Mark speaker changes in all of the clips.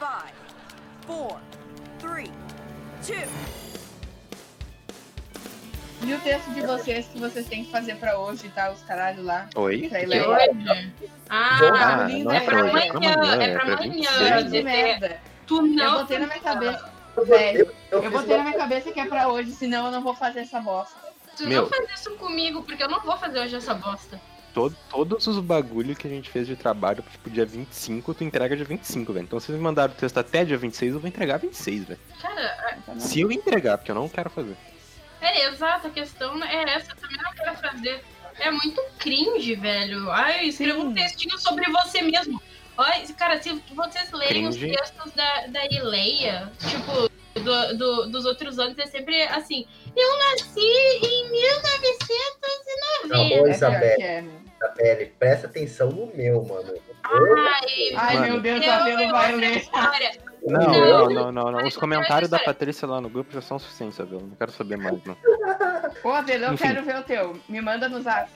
Speaker 1: Five, four, three, two.
Speaker 2: E o texto de vocês que vocês têm que fazer pra hoje, tá? Os caralhos lá.
Speaker 3: Oi?
Speaker 2: Pra
Speaker 3: Que
Speaker 2: ele
Speaker 3: hora?
Speaker 2: Ah,
Speaker 3: Ah,
Speaker 4: Ah,
Speaker 2: linda.
Speaker 3: não é
Speaker 2: É
Speaker 3: pra
Speaker 2: pra
Speaker 3: hoje, é pra
Speaker 4: amanhã,
Speaker 3: amanhã.
Speaker 4: é pra
Speaker 3: pra
Speaker 4: amanhã.
Speaker 3: 26.
Speaker 2: Que merda.
Speaker 4: tu
Speaker 2: Eu
Speaker 4: não.
Speaker 2: botei na minha cabeça.
Speaker 5: Eu,
Speaker 2: Velho,
Speaker 5: eu,
Speaker 2: Eu
Speaker 5: fiz
Speaker 2: botei
Speaker 5: uma-
Speaker 2: na minha cabeça que é pra hoje, senão eu não vou fazer essa bosta.
Speaker 4: Tu
Speaker 3: Meu.
Speaker 4: não faz isso comigo, porque eu não vou fazer hoje essa bosta.
Speaker 3: Todo- todos os bagulho que a gente fez de trabalho, tipo, dia 25, tu entrega dia 25, velho. Então se vocês me mandaram o texto até dia 26, eu vou entregar 26, velho.
Speaker 4: Cara,
Speaker 2: Então,
Speaker 3: Se eu entregar, porque eu não quero fazer.
Speaker 4: é exato, a questão é essa, eu também não quero fazer. É muito cringe, velho. Ai, escreva um textinho sobre você mesmo. Ai, cara, se vocês lerem os
Speaker 3: Cringe.
Speaker 4: textos da, da Ileia, tipo, do- do- dos outros anos, é sempre assim. Eu nasci em 1990.
Speaker 5: Ô,
Speaker 2: É pior
Speaker 5: Isabelle.
Speaker 2: que é, meu.
Speaker 5: Isabelle, presta atenção no meu, mano.
Speaker 3: Ah,
Speaker 4: Ai,
Speaker 2: Ai,
Speaker 3: Mano.
Speaker 2: meu Deus,
Speaker 4: Eu-
Speaker 2: a Bela vai ler.
Speaker 4: Olha,
Speaker 3: Não,
Speaker 4: Não.
Speaker 3: não, não, não. não. Os comentários da Patrícia lá no grupo já são suficientes, sabe? Eu não quero saber mais, não.
Speaker 2: Ô, Abel, eu
Speaker 3: Enfim.
Speaker 2: quero ver o teu. Me manda no zap.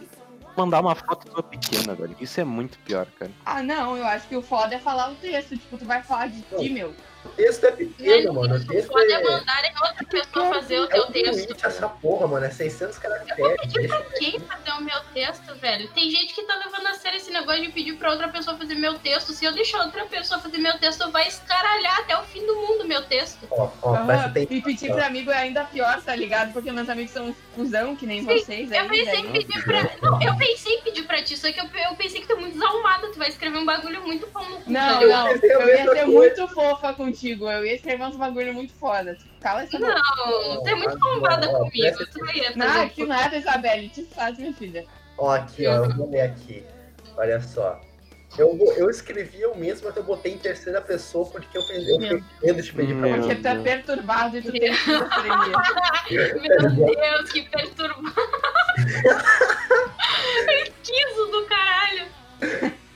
Speaker 3: Mandar uma foto tua pequena, velho. Isso é muito pior, cara.
Speaker 2: Ah, não, eu acho que o foda é falar o texto. Tipo, tu vai falar de ti, meu.
Speaker 5: O texto é
Speaker 4: Não,
Speaker 5: pequeno, mano. O
Speaker 4: Não
Speaker 5: texto
Speaker 4: pode
Speaker 5: é...
Speaker 4: mandar é outra pessoa fazer o
Speaker 5: É
Speaker 4: teu
Speaker 5: um
Speaker 4: texto.
Speaker 5: tweet essa porra, mano. É 600 caracteres.
Speaker 4: Pedir pra quem fazer o meu texto, velho? Tem gente que tá levando a sério esse negócio de pedir pra outra pessoa fazer meu texto. Se eu deixar outra pessoa fazer meu texto, vai escaralhar até o fim do mundo meu texto.
Speaker 5: Ó,
Speaker 3: Ah,
Speaker 5: ó, presta
Speaker 2: Aham.
Speaker 5: atenção.
Speaker 2: E pedir pra amigo é ainda pior, tá ligado? Porque meus amigos são uns cuzão, que nem vocês.
Speaker 4: Eu
Speaker 2: Aí,
Speaker 4: pensei
Speaker 2: velho.
Speaker 4: em pedir pra. Não, eu pensei em pedir pra ti, só que eu, eu pensei que tu é muito desalmada. Tu vai escrever um bagulho muito pau no cu.
Speaker 2: Não,
Speaker 4: velho.
Speaker 2: não,
Speaker 5: pensei a
Speaker 2: eu ia
Speaker 5: mesma
Speaker 2: ser
Speaker 5: coisa.
Speaker 2: muito fofa contigo. Eu ia escrever uns bagulho muito foda. Tipo, Cala essa boca.
Speaker 4: Não, tu é muito
Speaker 5: Ó,
Speaker 4: bombada
Speaker 5: ó,
Speaker 4: comigo.
Speaker 5: presta
Speaker 4: Tu é não ia fazer.
Speaker 2: Não, que nada, Isabelle. Te faz, minha filha.
Speaker 5: Ó, aqui, ó, eu vou ler aqui. Olha só. Eu, vou- eu escrevi eu mesmo, mas eu botei em terceira pessoa porque eu pensei, eu fiquei com medo de pedir pra
Speaker 3: Meu
Speaker 2: Porque tu tá
Speaker 3: Deus.
Speaker 2: perturbado e tu tem esquizofrenia.
Speaker 4: Meu Deus, que perturbado. Esquizo do caralho.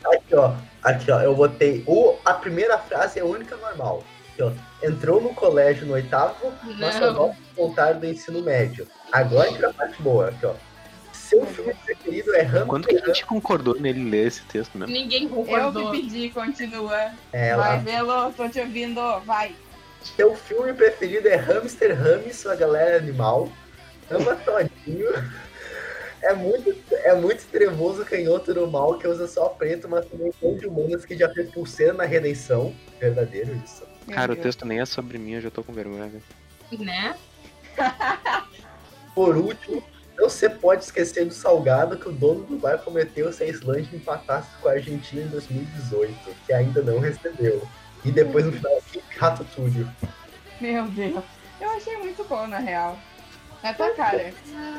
Speaker 5: Aqui, ó. Aqui, ó. Eu botei. O, a primeira frase é a única normal. Aqui, ó. Entrou no colégio no oitavo, nossa
Speaker 4: Não.
Speaker 5: nota voltaram do ensino médio. Agora que a parte boa, aqui, ó. Seu filme preferido é Rambo.
Speaker 3: Quando que a gente concordou nele ler esse texto mesmo?
Speaker 4: Ninguém
Speaker 2: Eu que
Speaker 4: concordou.
Speaker 2: pedi, continua.
Speaker 5: É,
Speaker 2: Vai,
Speaker 5: lá.
Speaker 2: Belo, tô te ouvindo. Vai.
Speaker 5: Seu filme preferido é Hamster Ham, sua galera animal. Ama todinho. É muito, é muito trevoso canhoto no mal que usa só preto, mas também tem de humanos que já fez pulseira na redenção. Verdadeiro isso.
Speaker 2: Meu
Speaker 3: Cara, o
Speaker 2: Deus.
Speaker 3: texto nem é sobre mim, eu já tô com vergonha, velho.
Speaker 4: Né?
Speaker 5: Por último, não se pode esquecer do salgado que o dono do bar cometeu se a Islândia empatasse com a Argentina em 2018, que ainda não recebeu. E depois no final, que rato túlio.
Speaker 2: Meu Deus. Eu achei muito bom, na real. É tua cara.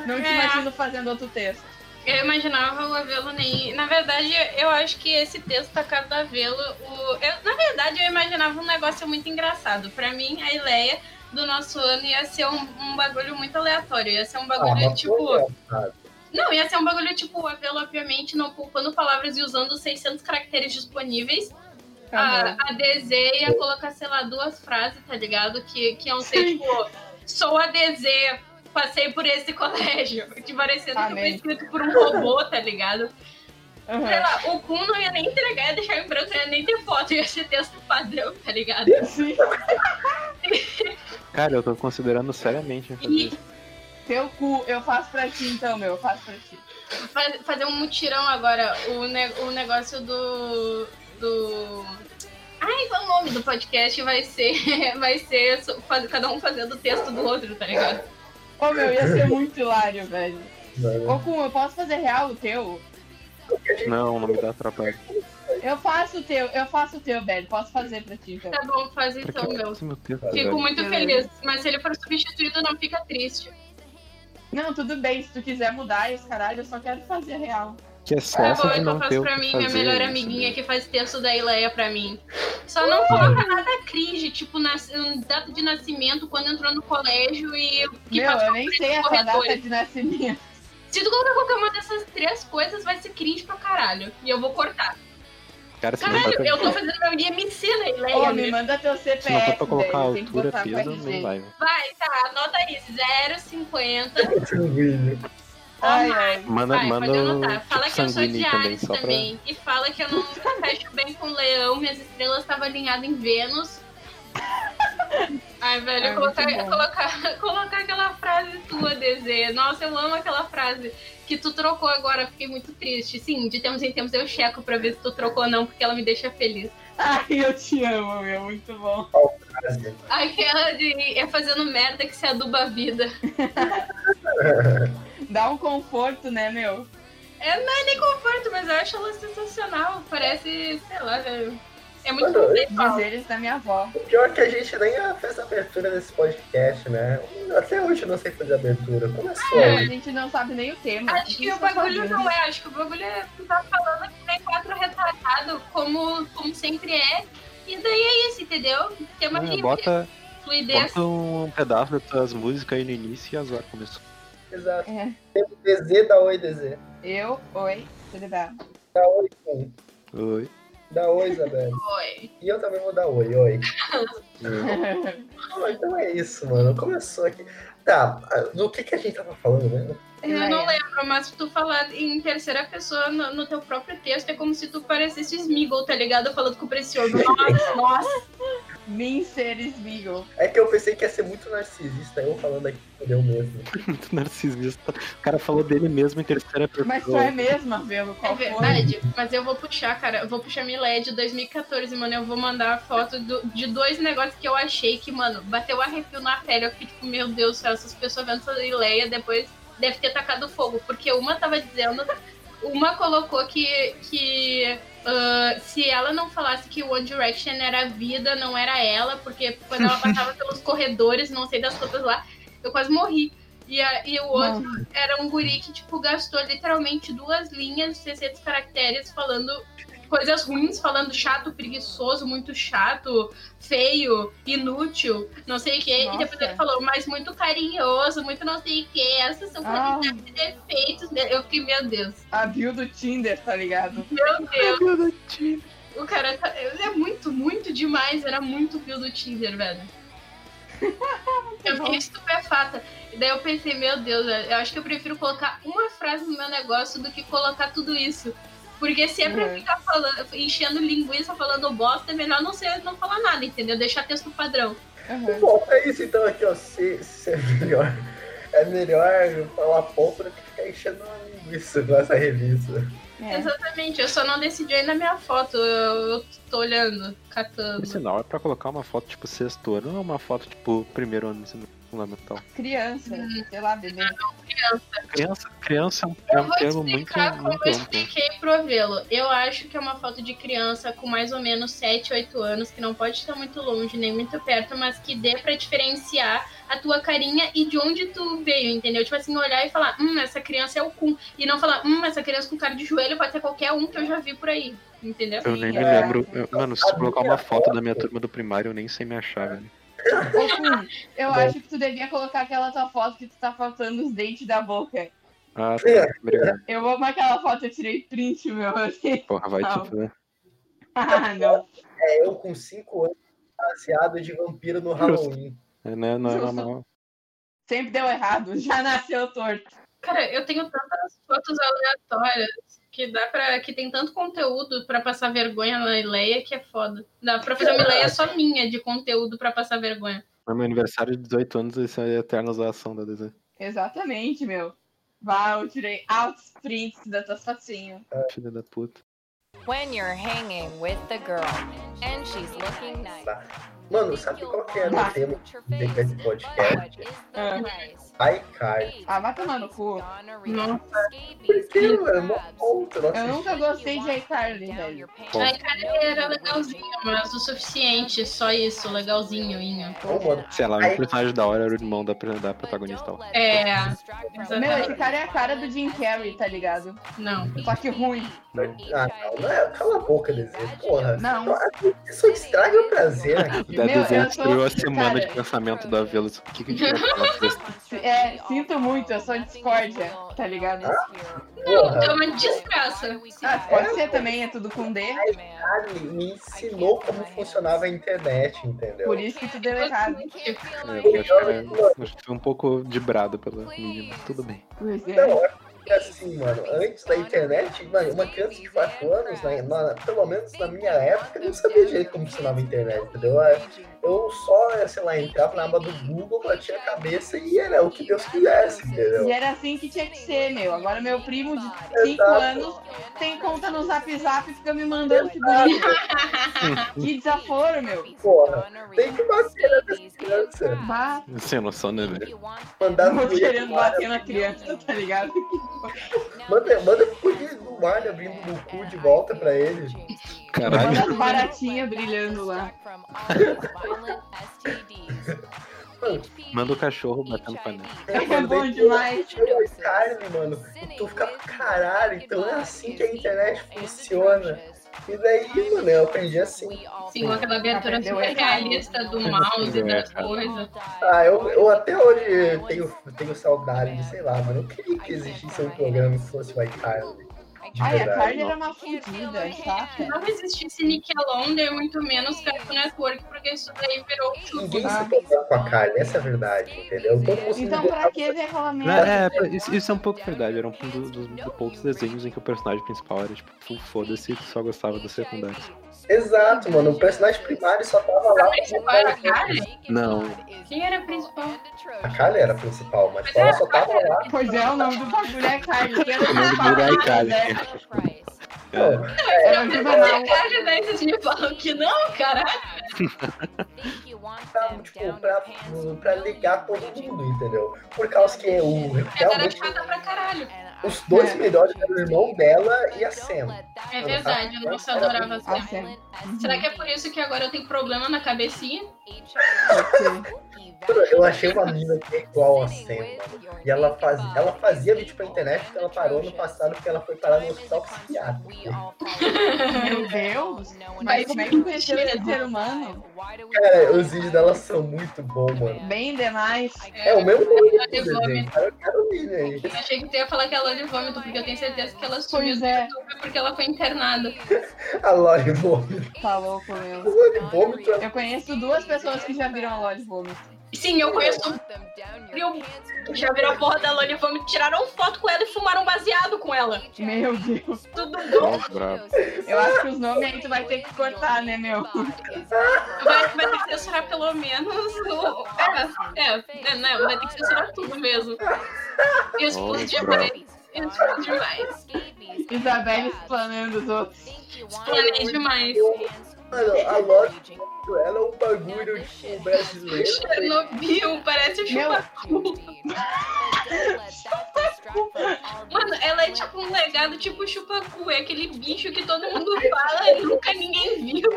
Speaker 2: Não te
Speaker 4: É.
Speaker 2: imagino fazendo outro texto.
Speaker 4: Eu imaginava o Avelo nem. Na verdade, eu acho que esse texto tá cara do Avelo. O... eu- na verdade, eu imaginava um negócio muito engraçado. Pra mim, a ideia do nosso ano ia ser um, um bagulho muito aleatório. Ia ser um
Speaker 5: Ah,
Speaker 4: bagulho tipo.
Speaker 5: é.
Speaker 4: Não, ia ser um bagulho tipo o Avelo, obviamente, não poupando palavras e usando os 600 caracteres disponíveis.
Speaker 2: Aham.
Speaker 4: a, a DZ ia colocar, sei lá, duas frases, tá ligado? Que, que iam ser, tipo, sou a DZ, passei por esse colégio. Te parecendo que foi
Speaker 2: Amém.
Speaker 4: escrito por um robô, tá ligado?
Speaker 2: Aham.
Speaker 4: Sei lá, o Kun não ia nem entregar, ia deixar em branco, não ia nem ter foto, ia ser texto padrão, tá ligado?
Speaker 2: Sim.
Speaker 3: Cara, eu tô considerando seriamente. fazer
Speaker 4: E
Speaker 3: isso.
Speaker 2: Teu cu, eu faço pra ti então, meu. Eu faço pra ti.
Speaker 4: faz- fazer um mutirão agora, o, ne- o negócio do. do. Ai, qual o nome do podcast vai ser. Vai ser so- faz- cada um fazendo o texto do outro, tá ligado?
Speaker 2: Ô, meu, ia ser muito hilário, velho.
Speaker 5: né?
Speaker 2: Ô, Cu, eu posso fazer real o teu?
Speaker 3: Não, não me dá atrapalho.
Speaker 2: Eu faço o teu, eu faço o teu, velho. Posso fazer pra ti então.
Speaker 4: Tá bom, faz
Speaker 3: Pra
Speaker 4: então,
Speaker 3: que
Speaker 4: meu.
Speaker 3: eu faço meu texto,
Speaker 4: Fico
Speaker 3: velho?
Speaker 4: muito feliz, mas se ele for substituído, não fica triste.
Speaker 2: Não, tudo bem. Se tu quiser mudar e os caralho, eu só quero fazer real.
Speaker 3: Que é só
Speaker 4: Tá
Speaker 3: essa
Speaker 4: bom,
Speaker 3: de
Speaker 4: então
Speaker 3: não
Speaker 4: faz
Speaker 3: ter o
Speaker 4: pra
Speaker 3: que
Speaker 4: mim, minha
Speaker 3: fazer,
Speaker 4: melhor
Speaker 3: isso,
Speaker 4: amiguinha
Speaker 3: né? Uhum.
Speaker 4: que faz texto da Ileia pra mim. Só não coloca nada cringe, tipo, nas, data de nascimento, quando entrou no colégio e o que
Speaker 2: meu,
Speaker 4: passou
Speaker 2: eu nem sei
Speaker 4: por
Speaker 2: essa data
Speaker 4: corredores.
Speaker 2: de nascimento.
Speaker 4: Se tu colocar qualquer uma dessas três coisas, vai ser cringe pra caralho. E eu vou cortar.
Speaker 3: Cara, se não dá
Speaker 4: Caralho,
Speaker 3: pra,
Speaker 4: eu tô fazendo meu IMC na
Speaker 2: Ô,
Speaker 4: Ileia.
Speaker 2: me
Speaker 4: né?
Speaker 2: manda teu
Speaker 3: se não dá
Speaker 2: CPF,
Speaker 3: pra colocar a
Speaker 2: velho. Tem que
Speaker 3: altura,
Speaker 2: botar com
Speaker 3: peso, não
Speaker 2: RG.
Speaker 3: vai. né? velho.
Speaker 4: Vai, tá, anota aí, 0,50.
Speaker 5: um né?
Speaker 2: Ai, ai.
Speaker 3: Manda,
Speaker 4: Vai,
Speaker 3: manda
Speaker 4: pode
Speaker 3: o
Speaker 4: anotar. Fala
Speaker 3: tipo
Speaker 4: que eu sou de
Speaker 3: sanguíneo também,
Speaker 4: Ares
Speaker 3: só pra...
Speaker 4: também. E fala que eu não fecho bem com o leão, minhas estrelas estavam alinhadas em Vênus. Ai, velho,
Speaker 2: Ai,
Speaker 4: colocar,
Speaker 2: É muito bom.
Speaker 4: colocar, colocar aquela frase tua, DZ. Nossa, eu amo aquela frase que tu trocou agora, fiquei muito triste. Sim, de tempos em tempos eu checo pra ver se tu trocou ou não, porque ela me deixa feliz.
Speaker 2: Ai, eu te amo, meu. Muito bom.
Speaker 5: frase.
Speaker 4: Aquela de é fazendo merda que se aduba a vida.
Speaker 2: Dá um conforto, né, meu?
Speaker 4: É, não é nem conforto, mas eu acho ela sensacional. Parece, sei lá, velho. É muito
Speaker 5: Mano, eu-
Speaker 4: conceitual.
Speaker 2: Dizeres da minha avó.
Speaker 5: O pior é que a gente nem fez a abertura desse podcast, né? Até hoje eu não sei fazer abertura. Começou.
Speaker 2: A
Speaker 5: É.
Speaker 2: gente não sabe nem o tema.
Speaker 4: Acho que o bagulho não é, acho que o bagulho é tu tá falando que tem quatro retratado, como, como sempre é. E daí é isso, entendeu? Tem uma
Speaker 3: Ah,
Speaker 4: livre,
Speaker 3: bota,
Speaker 4: fluidez.
Speaker 3: bota um pedaço das tuas músicas aí no início e azar começou.
Speaker 5: Exato.
Speaker 2: É.
Speaker 5: Teve DZ da Oi, DZ.
Speaker 2: Eu, oi, tudo bem?
Speaker 5: Da Oi, sim.
Speaker 3: Oi.
Speaker 5: Da Oi, Isabel.
Speaker 4: Oi.
Speaker 5: E eu também vou dar oi, oi.
Speaker 3: É.
Speaker 5: Ah, Então é isso, mano. Começou aqui. Tá, ah, do que, que a gente tava falando, né?
Speaker 2: É.
Speaker 4: Eu não lembro, mas se tu falar em terceira pessoa no, no teu próprio texto, é como se tu parecesse Smiggle, tá ligado? Falando com o Precioso. Nossa, nossa.
Speaker 2: Min seres Beagle.
Speaker 5: É que eu pensei que ia ser muito narcisista, eu falando aqui eu mesmo.
Speaker 3: Muito narcisista. O cara falou dele mesmo em terceira pessoa.
Speaker 2: Mas tu é mesma, Velo,
Speaker 4: É
Speaker 2: qual foi?
Speaker 4: verdade, mas eu vou puxar, cara. Eu vou puxar minha LED de 2014, mano. Eu vou mandar a foto do- de dois negócios que eu achei que, mano, bateu arrepio na pele. Eu fiquei tipo, meu Deus do céu, essas pessoas vendo essa Leia depois deve ter tacado fogo. Porque uma tava dizendo, uma colocou que, que ah, se ela não falasse que One Direction era a vida, não era ela, porque quando ela passava pelos corredores, não sei das quantas lá, eu quase morri. E, a, e o outro era um guri que, tipo, gastou literalmente duas linhas, 600 caracteres, falando coisas ruins, falando chato, preguiçoso, muito chato, feio, inútil, não sei o quê. E depois
Speaker 2: Nossa.
Speaker 4: ele falou, mas muito carinhoso, muito não sei o quê. Essas são
Speaker 2: Ah,
Speaker 4: qualidades e defeitos dele. Eu fiquei, meu Deus,
Speaker 2: a bio do Tinder, tá ligado?
Speaker 4: meu Deus.
Speaker 3: Meu Deus, tio.
Speaker 4: O cara tá- ele é muito, muito demais. Era muito viu do Tinder, velho. Eu
Speaker 2: bom.
Speaker 4: fiquei estupefata. E daí eu pensei, meu Deus, velho, eu acho que eu prefiro colocar uma frase no meu negócio do que colocar tudo isso. Porque se é pra
Speaker 2: Uhum.
Speaker 4: ficar falando, enchendo linguiça, falando bosta, é melhor não ser, não falar nada, entendeu? Deixar texto padrão.
Speaker 2: Aham.
Speaker 4: Uhum.
Speaker 5: Bom, é isso então aqui, ó. Se, se é melhor. É melhor falar pouco do que ficar enchendo uma linguiça com essa revista.
Speaker 2: É.
Speaker 4: Exatamente, eu só não decidi ainda a minha foto. Eu, eu tô olhando,
Speaker 3: Por
Speaker 4: catando.
Speaker 3: sinal, é pra colocar uma foto tipo sexto ano ou uma foto tipo primeiro ano do ensino fundamental?
Speaker 2: Criança,
Speaker 4: Uhum.
Speaker 2: sei lá, bebê.
Speaker 3: Criança, criança é um, é
Speaker 4: Eu
Speaker 3: um
Speaker 4: vou
Speaker 3: termo muito,
Speaker 4: explicar como
Speaker 3: muito
Speaker 4: eu
Speaker 3: amplo.
Speaker 4: expliquei pro Velo. Eu acho que é uma foto de criança com mais ou menos 7, 8 anos, que não pode estar muito longe nem muito perto, mas que dê pra diferenciar a tua carinha e de onde tu veio, entendeu? Tipo assim, olhar e falar, hum, essa criança é o cum. E não falar, hum, essa criança com cara de joelho pode ser qualquer um que eu já vi por aí, entendeu?
Speaker 3: Eu nem me
Speaker 2: É.
Speaker 3: lembro. Eu- mano, se
Speaker 5: A
Speaker 3: tu colocar
Speaker 5: minha
Speaker 3: uma foto da minha turma do primário, eu nem sei me achar, velho.
Speaker 2: Ô, Fui, eu
Speaker 5: Bom.
Speaker 2: acho que tu devia colocar aquela tua foto que tu tá faltando os dentes da boca.
Speaker 3: Ah, tá.
Speaker 2: É.
Speaker 3: Obrigado.
Speaker 2: Eu amo aquela foto, eu tirei print, meu. assim.
Speaker 3: Porra, vai
Speaker 2: Não.
Speaker 3: te ver.
Speaker 2: ah, não.
Speaker 5: É eu com 5 anos baseado de vampiro no Halloween.
Speaker 3: É, né? Não é
Speaker 2: Justo.
Speaker 3: normal.
Speaker 2: Sempre deu errado, já nasceu torto.
Speaker 4: Cara, eu tenho tantas fotos aleatórias que dá para que tem tanto conteúdo pra passar vergonha na Ileia que é foda. Dá pra fazer uma Ileia só minha de conteúdo pra passar vergonha.
Speaker 3: No É meu aniversário de 18 anos, esse é a eterna zoação da desenho.
Speaker 2: Exatamente, meu. Vai, eu tirei altos prints das tuas facinhas.
Speaker 3: Filha da puta.
Speaker 6: When you're hanging with the girl and she's looking nice.
Speaker 5: Tá. Mano, sabe qual que era o tema desse um podcast? iCarly.
Speaker 2: Ah, vai tomar no cu.
Speaker 6: Nossa.
Speaker 5: Por que, mano? É Mó ponto, nossa.
Speaker 2: Eu nunca gostei de iCarly, velho.
Speaker 4: Ai, cara, era legalzinho, mas o suficiente, só isso, legalzinho. inho.
Speaker 5: Ô, mano,
Speaker 3: Sei lá,
Speaker 5: Aí-
Speaker 3: o personagem da hora era o irmão da, da protagonista. lá.
Speaker 4: É.
Speaker 2: Meu, esse cara é a cara do Jim Carrey, tá ligado?
Speaker 4: Não.
Speaker 2: Só que ruim.
Speaker 5: Ah, não, não é- cala a boca, desenho. Porra.
Speaker 2: Não.
Speaker 5: Isso estraga o prazer. né?
Speaker 3: Da
Speaker 2: Meu,
Speaker 3: desenho
Speaker 2: eu sou-
Speaker 3: destruiu a semana
Speaker 2: cara,
Speaker 3: de pensamento da Velas. O que, que a gente vai falar sobre isso?
Speaker 2: É, sinto muito, eu sou discórdia, tá ligado?
Speaker 4: Não, é uma desgraça.
Speaker 2: Ah, pode ser também, é tudo com D.
Speaker 5: Carly me ensinou como funcionava a internet, entendeu?
Speaker 2: Por isso que tu deu errado.
Speaker 3: É, eu acho que é- acho que foi um pouco de brado pela mídia, mas tudo bem.
Speaker 2: Pois é.
Speaker 5: Não, é assim, mano. Antes da internet, mano, uma criança de 4 anos, né, na- pelo menos na minha época, não sabia direito como funcionava a internet, entendeu? Eu- eu só, sei lá, entrava na aba do Google, batia a cabeça e era o que Deus quisesse, entendeu?
Speaker 2: E era assim que tinha que ser, meu. Agora meu primo de 5
Speaker 5: Exato.
Speaker 2: anos tem conta no Zap Zap e fica me mandando figurinha. que desaforo, meu.
Speaker 5: Porra, Tem que bater nessa criança.
Speaker 2: Bah,
Speaker 3: Sem noção, né, velho?
Speaker 5: Mandar
Speaker 2: tô
Speaker 5: figurinha
Speaker 2: querendo
Speaker 5: pro ar,
Speaker 2: bater na criança, tá ligado?
Speaker 5: Manda, manda fugir do ar abrindo no cu de volta pra ele.
Speaker 3: Caralho.
Speaker 2: Uma das baratinhas brilhando lá.
Speaker 3: Manda o cachorro batendo panela.
Speaker 5: Eu
Speaker 2: É bom
Speaker 5: mandei
Speaker 2: demais.
Speaker 5: pro Carne, mano. Tu fica caralho, então é assim que a internet funciona. E daí, mano, eu aprendi assim.
Speaker 4: Sim, com aquela abertura
Speaker 2: Aprendeu
Speaker 4: super
Speaker 2: errado.
Speaker 4: realista do mouse e das
Speaker 3: É, cara.
Speaker 4: coisas.
Speaker 5: Ah, eu, eu até hoje tenho, tenho saudade, sei lá, mano. Eu queria que existisse um programa que fosse o iCarly.
Speaker 2: Ai, a
Speaker 5: Verdade,
Speaker 2: Carly era uma fudida, chata.
Speaker 4: assim, Não existisse Nickelodeon, muito menos Cartoon Network, porque isso daí virou tudo.
Speaker 5: Ninguém se preocupa com a Carly, essa é a verdade, entendeu? Todo mundo se
Speaker 2: Então
Speaker 5: preocupa
Speaker 2: pra que ver aquela merda?
Speaker 3: É, é, isso, isso é um pouco verdade. Era um dos, dos, dos poucos desenhos em que o personagem principal era, tipo, full foda-se e tu só gostava dos secundários.
Speaker 5: Exato, mano. O personagem primário só tava lá.
Speaker 4: principal era a Carly?
Speaker 3: Não.
Speaker 4: Quem era a principal?
Speaker 5: é A Carly era a principal, mas
Speaker 4: é,
Speaker 5: ela só tava lá.
Speaker 2: Pois é, o nome do bagulho é Carly.
Speaker 3: O nome do bagulho é Carly. É.
Speaker 5: Não,
Speaker 2: Era um
Speaker 4: Mas
Speaker 2: juvenal.
Speaker 4: a Carly daí vocês me falam é né, que não, caralho.
Speaker 5: pra, tipo, pra, pra ligar todo mundo, entendeu? Por causa que o
Speaker 4: Ela era
Speaker 5: um, realmente
Speaker 4: chata pra caralho.
Speaker 5: os dois
Speaker 2: É.
Speaker 5: melhores eram o irmão dela e a Sam.
Speaker 4: É verdade, eu nossa, eu adorava
Speaker 2: A
Speaker 4: Sam.
Speaker 2: Sam.
Speaker 4: Será que é por isso que agora eu tenho problema na cabecinha?
Speaker 5: Mano, Eu achei uma mina que é igual a Sam, mano. E ela, faz, ela fazia vídeo pra internet porque ela parou no passado porque ela foi parar no hospital psiquiátrico.
Speaker 2: Meu Deus. Mas como é que conheceu esse ser humano?
Speaker 5: Cara, É, os vídeos dela são muito bons, mano.
Speaker 2: Bem demais.
Speaker 5: É o mesmo nome do desenho,
Speaker 4: Lolivômito.
Speaker 5: cara. Eu quero ver, né?
Speaker 4: Eu achei que tu ia falar que é a Loli Vômito, porque eu tenho certeza que ela sumiu
Speaker 2: Pois
Speaker 4: do
Speaker 2: é.
Speaker 4: YouTube porque ela foi internada.
Speaker 5: A Loli Vômito.
Speaker 2: Tá louco, meu.
Speaker 5: O Loli Vômito é
Speaker 2: Eu conheço duas pessoas que já viram a Lodge Vômito.
Speaker 4: Sim, eu conheço. um- Já viram a porra da Loli Vômito, tiraram foto com ela e fumaram um baseado com ela.
Speaker 2: Meu Deus.
Speaker 4: Tudo
Speaker 3: Ó, brabo.
Speaker 2: Eu acho que os nomes aí tu vai ter que cortar, né, meu?
Speaker 4: Vai, vai ter que censurar pelo menos o. É, é, né, né, vai ter que censurar tudo mesmo. Expulso
Speaker 3: Olha,
Speaker 4: demais. Expulso demais.
Speaker 2: Isabelle explanando os outros.
Speaker 4: Explanei demais.
Speaker 5: Mano, a Loli Vômito, ela é um bagulho, tipo, brasileiro. né?
Speaker 4: Chernobyl, parece um o
Speaker 2: Meu,
Speaker 4: chupa Mano, ela é tipo um legado tipo chupacu, é aquele bicho que todo mundo fala e nunca ninguém viu.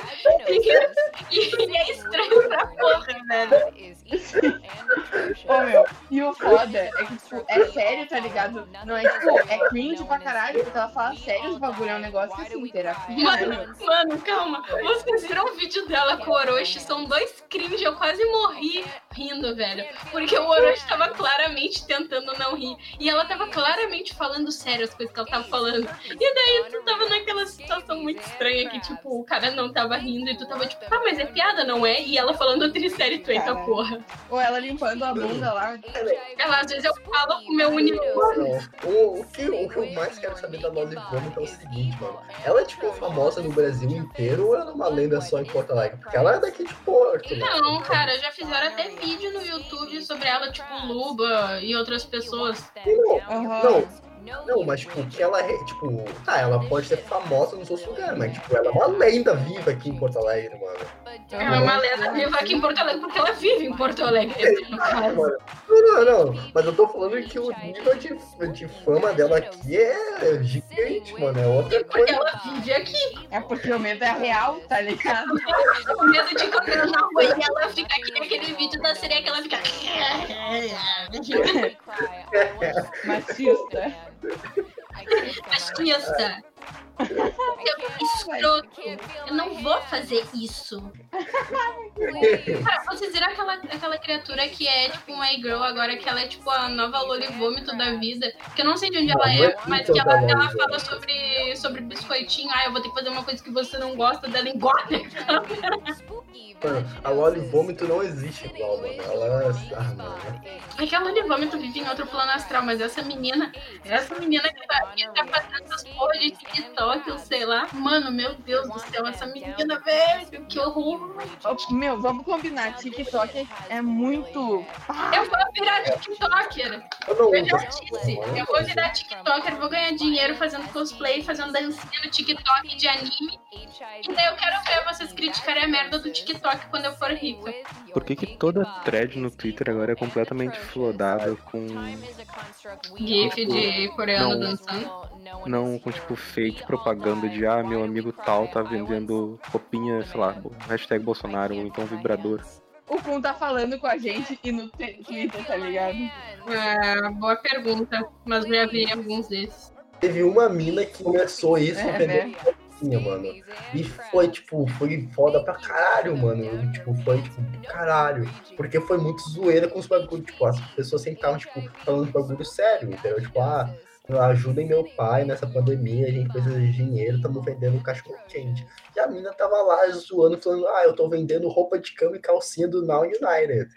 Speaker 4: E é estranho pra porra,
Speaker 5: né,
Speaker 4: velho.
Speaker 5: é
Speaker 2: Ô, meu, e o foda é que, tipo, é sério, tá ligado? Não é, tipo, é cringe pra caralho, porque ela fala sério os bagulho, é um negócio que, assim, terapia, né, meu?
Speaker 4: Mano, mano, calma. Vocês viram o vídeo dela com o Orochi? São dois cringe, eu quase morri rindo, velho. Porque o Orochi tava claramente tentando não rir. E ela tava claramente falando sério as coisas que ela tava falando. E daí tu tava naquela situação muito estranha que, tipo, o cara não tava rindo e tu tava tipo, ah, mas é piada, não é? E ela falando trissério, tu eita porra.
Speaker 2: Ou ela limpando a bunda lá.
Speaker 5: é
Speaker 4: Ela, às vezes eu falo com o meu uniforme.
Speaker 5: Não, O, o que, o que eu mais quero saber da Loli Vômito é o seguinte, mano. Ela é, tipo, famosa no Brasil inteiro ou ela é uma lenda só em Porto Alegre? Porque ela é daqui de Porto, né?
Speaker 4: Não, cara, já fizeram até vídeo no YouTube sobre ela, tipo, Luba e outras pessoas.
Speaker 2: Aham.
Speaker 5: Não, não, mas, tipo, é que ela é, tipo... Tá, ela pode ser famosa nos outros lugares, mas, tipo, ela é uma lenda viva aqui em Porto Alegre, mano.
Speaker 4: Ela é uma lenda viva aqui em Porto Alegre porque ela vive em Porto Alegre, né, no caso.
Speaker 5: Mano, Não, não, não. Mas eu tô falando que o nível de, de fama dela aqui é gigante, mano. É outra
Speaker 4: Porque
Speaker 5: coisa.
Speaker 4: ela vive aqui.
Speaker 2: É porque o medo é real, tá ligado?
Speaker 4: Com medo de comer na rua e ela fica aqui naquele vídeo da série que ela fica.
Speaker 2: Machista.
Speaker 4: Machista. Escroto. Eu não vou fazer isso. Cara, vocês viram aquela, aquela criatura que é tipo uma girl agora, que ela é tipo a nova Loli Vômito da vida? Que eu não sei de onde ela é, mas que ela, ela fala sobre, sobre biscoitinho. Ah, eu vou ter que fazer uma coisa que você não gosta dela engorda.
Speaker 5: Mano, a Loli Vômito não existe no álbum, né? Ela. Ah, mano.
Speaker 4: É que a Loli Vômito vive em outro plano astral, mas essa menina, essa menina que tá, que tá fazendo essas porra de TikTok, eu sei lá. Mano, meu Deus do céu, essa menina, velho, que horror.
Speaker 2: Ô, Meu, vamos combinar. TikTok é- é muito.
Speaker 4: Eu vou virar TikToker.
Speaker 5: Eu não
Speaker 4: Eu
Speaker 5: uso.
Speaker 4: já disse. Eu vou virar TikToker, vou ganhar dinheiro fazendo cosplay, fazendo dancinha no TikTok de anime. E daí eu quero ver vocês criticarem a merda do TikTok quando eu for rica.
Speaker 3: Por que, que toda thread no Twitter agora é completamente flodada com. tipo,
Speaker 4: GIF de coreano
Speaker 3: Não.
Speaker 4: dançando.
Speaker 3: Não, com tipo fake propaganda de ah, meu amigo tal tá vendendo roupinha, sei lá, hashtag Bolsonaro, ou então vibrador.
Speaker 2: O Kun tá falando com a gente e no te- Twitter, tá ligado?
Speaker 4: Ah, boa pergunta, mas eu já vi alguns desses.
Speaker 5: Teve uma mina que começou isso,
Speaker 2: É,
Speaker 5: pegou assim, mano. E foi, tipo, foi foda pra caralho, mano. Tipo, foi, tipo, caralho. Porque foi muito zoeira com os bagulhos. Tipo, as pessoas sempre estavam, tipo, falando de bagulho sério, entendeu? Tipo, ah, ajudem meu pai nessa pandemia, a gente precisa de dinheiro, estamos vendendo um cachorro quente. E a mina tava lá zoando, falando, ah, eu tô vendendo roupa de cama e calcinha do Now United.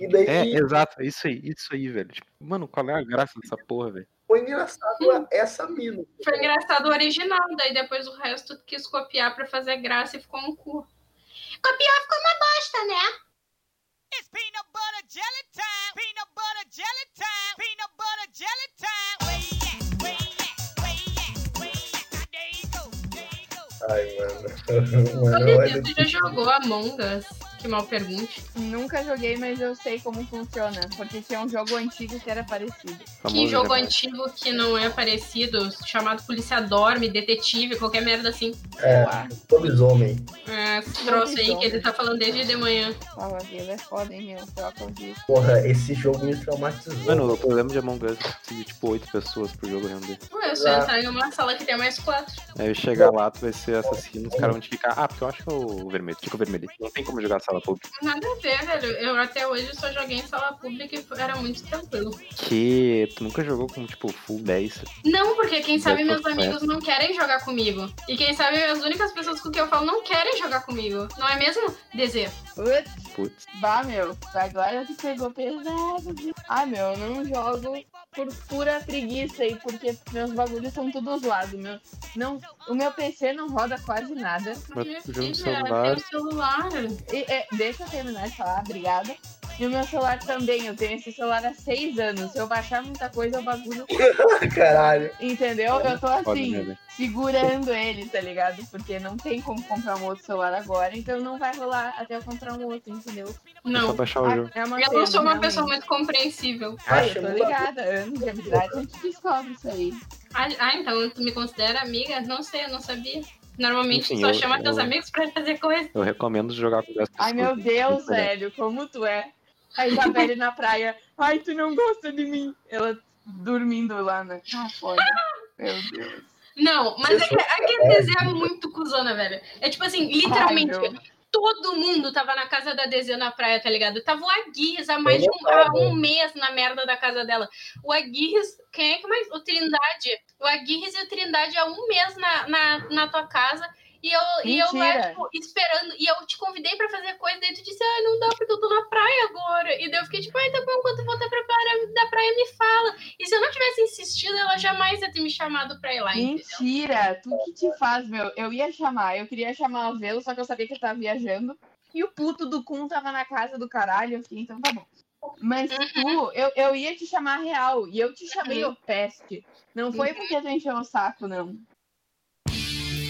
Speaker 5: E daí
Speaker 3: É, exato, é isso aí, isso aí, velho. Tipo, mano, qual é a graça dessa porra, velho?
Speaker 5: foi engraçado essa mina.
Speaker 4: Foi engraçado o original, daí depois o resto quis copiar pra fazer graça e ficou um cu. Copiar ficou uma bosta, né?
Speaker 7: It's peanut butter jelly time. Peanut butter jelly time. Peanut butter jelly time. Way at, way at, way at, way at. Now there you go, there you go.
Speaker 4: Ô,
Speaker 5: Ai, mano. mano
Speaker 4: Deus,
Speaker 5: olha,
Speaker 4: você já jogou Among Us? Que mal pergunte.
Speaker 2: Nunca joguei, mas eu sei como funciona. Porque tinha um jogo antigo que era parecido.
Speaker 4: Que
Speaker 3: Famoso
Speaker 4: jogo
Speaker 3: japonês.
Speaker 4: antigo que não é parecido, chamado Polícia Dorme, Detetive, qualquer merda assim.
Speaker 5: é,
Speaker 2: Uau,
Speaker 5: lobisomem.
Speaker 4: É, esse troço aí que ele tá falando desde de manhã.
Speaker 2: fala, Vila, é foda, hein, meu? Troca o disco.
Speaker 5: Porra, esse jogo me traumatizou.
Speaker 3: Mano, o problema de Among Us é que, tipo oito pessoas pro jogo render.
Speaker 4: Pô, eu só entrar em uma sala que tem mais quatro.
Speaker 3: Aí chegar lá, tu vai ser assassino, os caras vão te ficar. Ah, porque eu acho que é o vermelho, fica o vermelho. Não tem como jogar sala pública.
Speaker 4: Nada a ver, velho. Eu até hoje só joguei em sala pública e era muito tranquilo.
Speaker 3: Que tu nunca jogou com, tipo, full 10.
Speaker 4: Não, porque quem sabe
Speaker 3: Eu tô
Speaker 4: meus amigos não querem jogar comigo. E quem sabe as únicas pessoas com quem eu falo não querem jogar comigo. Não é mesmo? Desejo.
Speaker 2: Putz,
Speaker 3: Putz.
Speaker 2: bah, meu. Agora tu pegou pesado. viu? Ah, meu, eu não jogo por pura preguiça e porque meus bagulhos são tudo zoados, meu. Não, o meu PC não roda quase nada.
Speaker 3: Mas
Speaker 4: minha
Speaker 3: tu joga no
Speaker 4: filha,
Speaker 3: celular.
Speaker 4: tem o é, celular.
Speaker 2: E, é, deixa eu terminar de falar, obrigada. E o meu celular também, eu tenho esse celular há seis anos. Se eu baixar muita coisa, o bagulho.
Speaker 5: Caralho.
Speaker 2: Entendeu? Eu tô
Speaker 3: Foda,
Speaker 2: assim.
Speaker 3: né, velho?
Speaker 2: segurando ele, tá ligado? Porque não tem como comprar um outro celular agora, então não vai rolar até eu comprar um outro, entendeu?
Speaker 3: É só
Speaker 4: Não.
Speaker 3: baixar o jogo.
Speaker 2: É uma
Speaker 4: Eu
Speaker 2: pena,
Speaker 4: não sou uma
Speaker 2: realmente.
Speaker 4: pessoa muito compreensível.
Speaker 2: Ah,
Speaker 5: Acho
Speaker 2: eu tô
Speaker 5: um
Speaker 2: ligada, anos de amizade, a gente descobre isso aí.
Speaker 4: Ah, ah, então tu me considera amiga? Não sei, eu não sabia. Normalmente tu
Speaker 3: Enfim,
Speaker 4: só
Speaker 3: eu-
Speaker 4: chama teus
Speaker 3: eu-
Speaker 4: amigos pra fazer coisa.
Speaker 3: Eu recomendo jogar com 10 pessoas.
Speaker 2: Ai, meu Deus,
Speaker 3: Verdade.
Speaker 2: velho, como tu é. A Isabelle na praia, ai, tu não gosta de mim. Ela dormindo lá na... Ah, foda. Meu Deus.
Speaker 4: Não, mas é que a DZ é muito cuzona, velho. É tipo assim, literalmente,
Speaker 2: Ai, meu.
Speaker 4: todo mundo tava na casa da Dezê na praia, tá ligado? Tava o Aguirres há mais de
Speaker 5: Eu
Speaker 4: um,
Speaker 5: não
Speaker 4: há
Speaker 5: tava.
Speaker 4: um mês na merda da casa dela. O Aguirres, quem é que mais? O Trindade. O Aguirres e o Trindade há um mês na, na, na tua casa. E eu, e eu lá,
Speaker 2: Mentira.
Speaker 4: tipo, esperando. E eu te convidei pra fazer coisa, daí tu disse, ai, não dá porque eu tô na praia agora. E daí eu fiquei tipo, ai, tá bom, quando voltar pra praia, da praia me fala. E se eu não tivesse insistido, ela jamais ia ter me chamado pra ir lá. entendeu?
Speaker 2: Mentira, tu que te faz, meu. Eu ia chamar, eu queria chamar o Velo, só que eu sabia que ele tava viajando. E o puto do Kun tava na casa do caralho, eu fiquei, então tá bom. Mas tu, eu, eu ia te chamar real, e eu te chamei o peste. Não foi porque tu encheu o saco, não.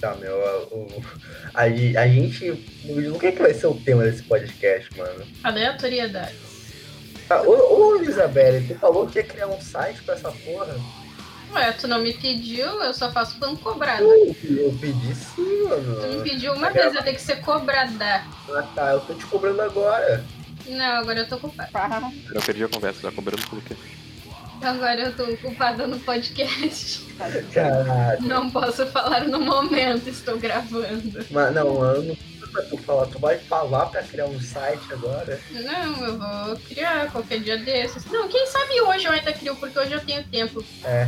Speaker 5: Tá, meu. O, a, a gente. O que, é que vai ser o tema desse podcast, mano?
Speaker 4: Aleatoriedade.
Speaker 5: Ah, ô, ô Isabelle, tu falou que ia criar um site pra essa porra?
Speaker 4: Ué, tu não me pediu, eu só faço quando cobrada.
Speaker 5: Eu pedi sim,
Speaker 4: né? Tu me
Speaker 5: mano.
Speaker 4: pediu uma vez, eu tenho que ser cobrada.
Speaker 5: Ah, tá. Eu tô te cobrando agora.
Speaker 4: Não, agora eu tô culpada.
Speaker 2: Pá.
Speaker 3: Eu perdi a conversa, já cobrando pelo quê?
Speaker 4: Agora eu tô culpada no podcast.
Speaker 5: Caralho.
Speaker 4: Não posso falar no momento, estou gravando.
Speaker 5: Mas, não, mano. tu vai tu falar? Tu vai falar pra criar um site agora?
Speaker 4: Não, eu vou criar qualquer dia desses. Não, quem sabe hoje eu ainda crio, porque hoje eu tenho tempo.
Speaker 5: É,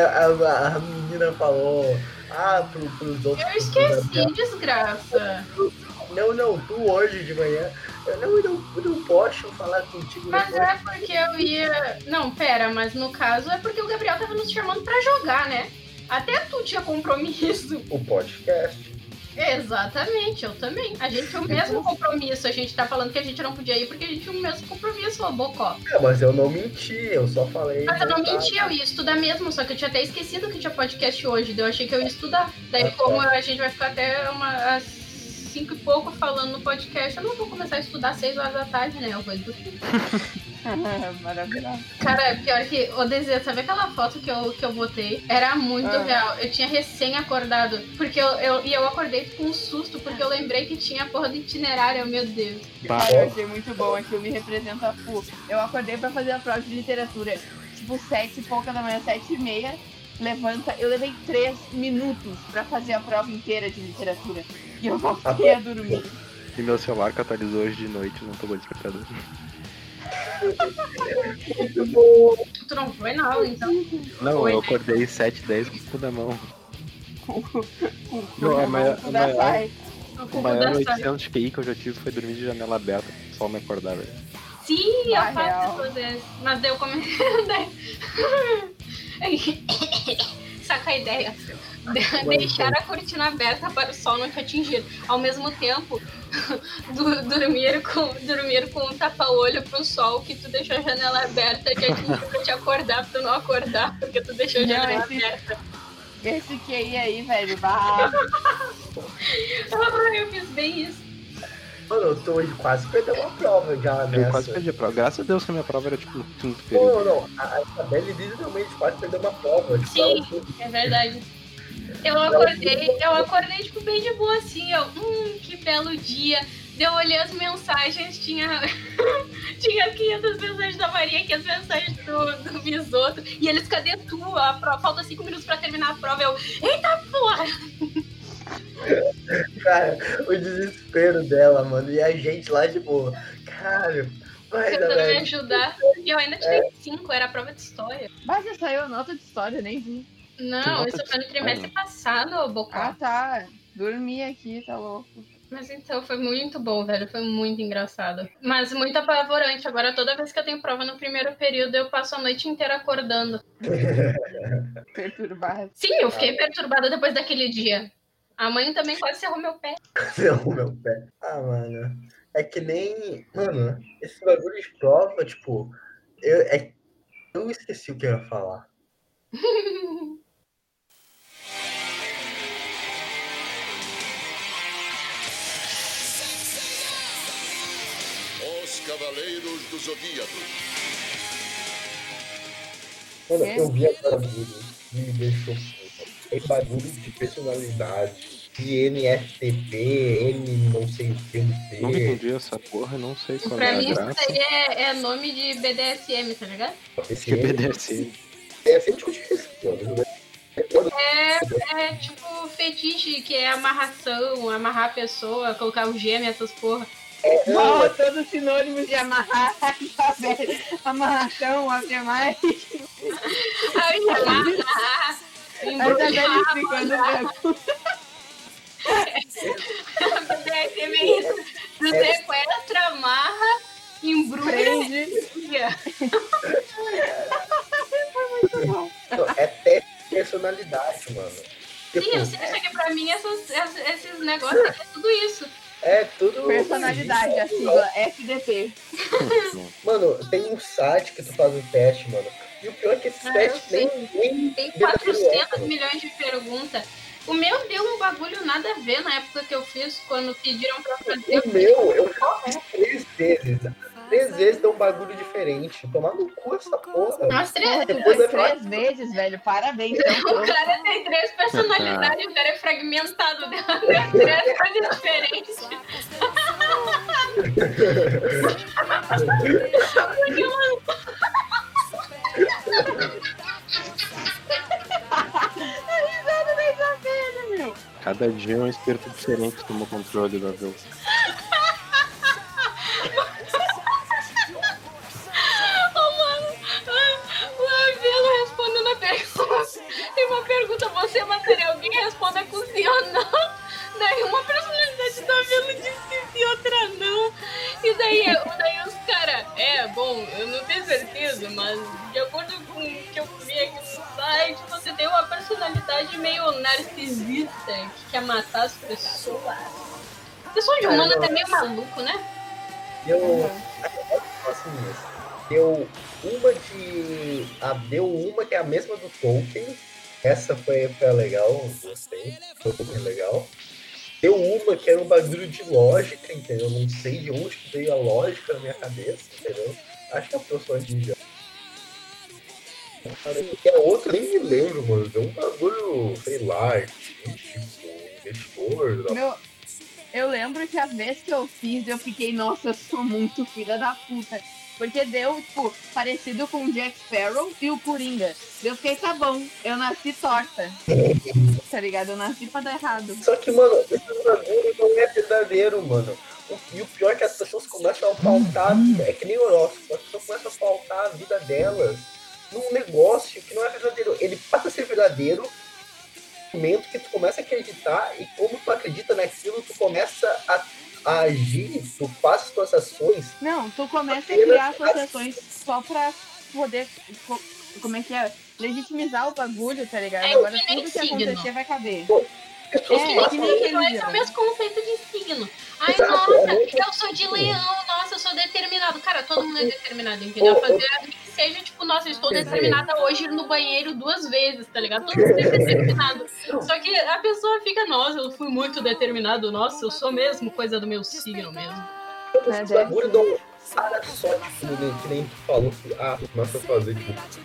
Speaker 5: a, a menina falou, ah, pro, pros outros.
Speaker 4: Eu esqueci, desgraça.
Speaker 5: Não, não, tu hoje de manhã. Eu não, eu não, eu não posso falar contigo
Speaker 4: Mas
Speaker 5: depois.
Speaker 4: é porque eu ia. Não, pera, mas no caso é porque o Gabriel tava nos chamando pra jogar, né? Até tu tinha compromisso.
Speaker 5: O podcast.
Speaker 4: Exatamente, eu também. A gente tinha o mesmo compromisso. A gente tá falando que a gente não podia ir porque a gente tinha o mesmo compromisso, ô Bocó.
Speaker 5: É, mas eu não menti, eu só falei.
Speaker 4: Mas eu não
Speaker 5: verdade.
Speaker 4: menti, eu ia estudar mesmo, só que eu tinha até esquecido que tinha podcast hoje, daí eu achei que eu ia estudar. Daí,
Speaker 5: Ah, tá.
Speaker 4: como a gente vai ficar até uma, às cinco e pouco falando no podcast, eu não vou começar a estudar às seis horas da tarde, né? Eu vou do
Speaker 2: Maravilhoso.
Speaker 4: Cara, pior que o desejo, sabe aquela foto que eu, que eu botei? Era muito
Speaker 2: Ah.
Speaker 4: real. Eu tinha recém-acordado. Porque eu, eu, e eu acordei com um susto, porque eu lembrei que tinha a porra do itinerário, meu Deus.
Speaker 5: Ah,
Speaker 3: Bah,
Speaker 5: é?
Speaker 2: Cara, eu achei muito bom, aquilo me representa a full. Eu acordei pra fazer a prova de literatura, tipo, sete e pouca da manhã, sete e meia. Levanta, eu levei três minutos pra fazer a prova inteira de literatura. E eu voltei a dormir.
Speaker 3: E meu celular catalisou hoje de noite, não tomou despertador.
Speaker 5: Muito bom.
Speaker 4: Tu não foi na aula, então.
Speaker 3: Não,
Speaker 4: Foi,
Speaker 3: eu
Speaker 4: né?
Speaker 3: acordei 7, 10 com o cu na mão. Não,
Speaker 2: Não,
Speaker 3: a maior-
Speaker 2: tudo dá
Speaker 3: a maior-
Speaker 2: sai.
Speaker 4: O
Speaker 3: O
Speaker 4: cubo
Speaker 3: maior
Speaker 4: da sorte.
Speaker 3: 800 PI que eu já tive foi dormir de janela aberta, pro sol me acordar, velho.
Speaker 4: Sim, eu
Speaker 2: Ah,
Speaker 4: faço
Speaker 2: real.
Speaker 4: todas essas. Mas daí eu comecei. Saca a ideia. De- Deixar a cortina aberta para o sol não te atingir. Ao mesmo tempo, du- dormir com, dormir com um tapa-olho pro sol que tu deixou a janela aberta te atingir pra te acordar, pra tu não acordar, porque tu deixou a
Speaker 2: Não,
Speaker 4: janela
Speaker 2: esse-
Speaker 4: aberta.
Speaker 2: Esse QI aí, velho, bah.
Speaker 4: Ah, eu fiz bem isso.
Speaker 5: Mano, eu tô eu quase perdendo uma prova já, né?
Speaker 3: Eu quase perdi a prova. Graças a Deus que a minha prova era tipo no quinto período.
Speaker 5: Não, não, a a Isabelle literalmente quase perdeu uma prova. Tipo,
Speaker 4: Sim. É
Speaker 5: ela-
Speaker 4: verdade. Eu acordei, eu acordei, tipo, bem de boa, assim, eu, hum, que belo dia. Daí Eu olhei as mensagens, tinha, tinha 500 mensagens da Maria, 500 mensagens do, do Bisoto, e eles, cadê tu? A prova, falta 5 minutos pra terminar a prova, eu, eita porra!
Speaker 5: Cara, o desespero dela, mano. E a gente lá, tipo, caralho, vai,
Speaker 4: Tentando me
Speaker 5: Isabelle.
Speaker 4: ajudar. E eu ainda tirei 5, era a prova de história.
Speaker 2: Mas já saiu a nota de história, nem vi.
Speaker 4: Não,
Speaker 3: nota
Speaker 4: isso
Speaker 3: de
Speaker 4: foi no trimestre
Speaker 3: história?
Speaker 4: passado, ô
Speaker 2: Ah,
Speaker 4: Bocó.
Speaker 2: tá. Dormi aqui, tá louco.
Speaker 4: Mas então foi muito bom, velho. Foi muito engraçado. Mas muito apavorante. Agora, toda vez que eu tenho prova no primeiro período, eu passo a noite inteira acordando.
Speaker 2: Perturbar.
Speaker 4: Sim, eu fiquei perturbada depois daquele dia. A mãe também quase cerrou meu pé.
Speaker 5: Não, meu pé. Ah, mano. É que nem. Mano, esse bagulho de prova, tipo. Eu, é- eu esqueci o que eu ia falar.
Speaker 8: Os Cavaleiros do Zodíaco.
Speaker 5: Mano,
Speaker 2: É.
Speaker 5: eu vi aquele bagulho que me deixou puto. É bagulho de personalidade. De NFTP, N não sei o que,
Speaker 3: Nunca
Speaker 5: não
Speaker 3: entendi essa porra, não sei qual
Speaker 4: pra
Speaker 3: é a
Speaker 4: mim, isso
Speaker 3: graça.
Speaker 4: daí é, é nome de BDSM, tá ligado?
Speaker 5: sei. Esse
Speaker 3: Que
Speaker 5: N
Speaker 3: BDSM.
Speaker 5: é sempre mano.
Speaker 4: É, é tipo fetiche, que é amarração, amarrar a pessoa, colocar o gêmeo, essas porra.
Speaker 5: É,
Speaker 2: Nossa, todos sinônimos de amarrar, tá velho? Amarração, abre mais.
Speaker 4: Ai, amarrar,
Speaker 2: A Isabela
Speaker 4: embruxar,
Speaker 2: explicando
Speaker 4: né?
Speaker 2: mesmo.
Speaker 4: BDSM é isso. Tu sequestra, amarra, embrulha
Speaker 2: Prende.
Speaker 4: e
Speaker 5: Não, é teste de personalidade, mano.
Speaker 4: Sim, eu
Speaker 5: Tipo,
Speaker 4: sei, só que pra mim essas- essas- esses negócios aqui é tudo isso.
Speaker 5: é tudo.
Speaker 2: Personalidade, a
Speaker 4: assim,
Speaker 2: sigla FDP.
Speaker 5: Mano, tem um site que tu faz um teste, mano. E o pior é que esses
Speaker 4: Ah,
Speaker 5: testes
Speaker 4: eu
Speaker 5: nem, nem.
Speaker 4: Tem
Speaker 5: verdadeiro
Speaker 4: 400
Speaker 5: é, mano.
Speaker 4: milhões de perguntas. O meu deu um bagulho nada a ver na época que eu fiz, quando pediram pra fazer.
Speaker 5: O meu, eu fiz três vezes. né? Três vezes deu um bagulho diferente. Tomar no cu essa porra.
Speaker 4: Nós três.
Speaker 2: Porra, tu foi três vezes, velho. Parabéns.
Speaker 4: É, O cara tem três personalidades, o cara é fragmentado, deu até três coisas diferentes. Porque ela-
Speaker 2: A risada da Isabela, meu.
Speaker 3: Cara, Cada dia um espírito diferente toma controle do avião.
Speaker 4: Ô, Oh, mano, ah, o Avelo respondendo a pergunta. Tem uma pergunta, você mataria alguém? Responda com sim ou não. Daí uma personalidade do Avelo disse que sim, outra não. E daí, daí os caras, é, bom, eu não tenho certeza, mas de acordo com o que eu vi aqui no site, você tem uma personalidade meio narcisista que quer matar as pessoas. Pessoal de humano é meio maluco, né?
Speaker 5: Deu. Assim, deu uma de. Ah, deu uma que é a mesma do Tolkien. Essa foi, foi a legal, gostei. Foi bem legal. Deu uma que era um bagulho de lógica, entendeu? Não sei de onde que veio a lógica na minha cabeça, entendeu? Acho que é a pessoa de já. E a outra é nem me lembro, mano. Deu um bagulho, sei lá, artístico, investidor.
Speaker 4: é
Speaker 5: da
Speaker 2: Meu, eu lembro que a vez que eu fiz, eu fiquei, nossa, eu sou muito filha da puta. Porque deu, tipo, parecido com o Jack Sparrow e o Coringa. Eu fiquei, tá bom, eu nasci torta. tá ligado? Eu nasci pra dar errado.
Speaker 5: Só que, mano, esse bagulho não é verdadeiro, mano. O- E o pior é que as pessoas começam a pautar, é que nem o horóscopo, as pessoas começam a pautar a vida delas num negócio que não é verdadeiro. Ele passa a ser verdadeiro no momento que tu começa a acreditar e como tu acredita naquilo, tu começa a, a agir, tu faz as tuas ações.
Speaker 2: Não, tu começa a criar associações só pra poder, co- como é que é? Legitimizar o bagulho, tá ligado?
Speaker 4: É,
Speaker 2: Agora
Speaker 4: que nem
Speaker 2: tudo que
Speaker 4: signo.
Speaker 2: acontecer vai caber.
Speaker 5: As pessoas
Speaker 2: É,
Speaker 5: começam
Speaker 2: que
Speaker 5: a
Speaker 2: nem aquele
Speaker 4: Então, esse é
Speaker 2: dia.
Speaker 4: o mesmo conceito de signo. Ai,
Speaker 5: Exato, é
Speaker 4: nossa,
Speaker 5: muito
Speaker 4: eu sou de
Speaker 5: assim.
Speaker 4: leão, nossa, eu sou determinado. Cara, todo mundo é determinado, entendeu?
Speaker 5: Ô, ô.
Speaker 4: Fazer que seja, tipo, nossa, eu estou
Speaker 5: Quer dizer-
Speaker 4: determinada hoje a ir no banheiro duas vezes, tá ligado? Todo mundo é determinado. Só que a pessoa fica, nossa, eu fui muito determinado, nossa, eu sou mesmo coisa do meu signo mesmo.
Speaker 5: Todos
Speaker 2: É,
Speaker 5: os
Speaker 2: deve
Speaker 5: bagulhos dão cara só, tipo, né, que nem tu falou, que, ah, tu começa a fazer, tipo,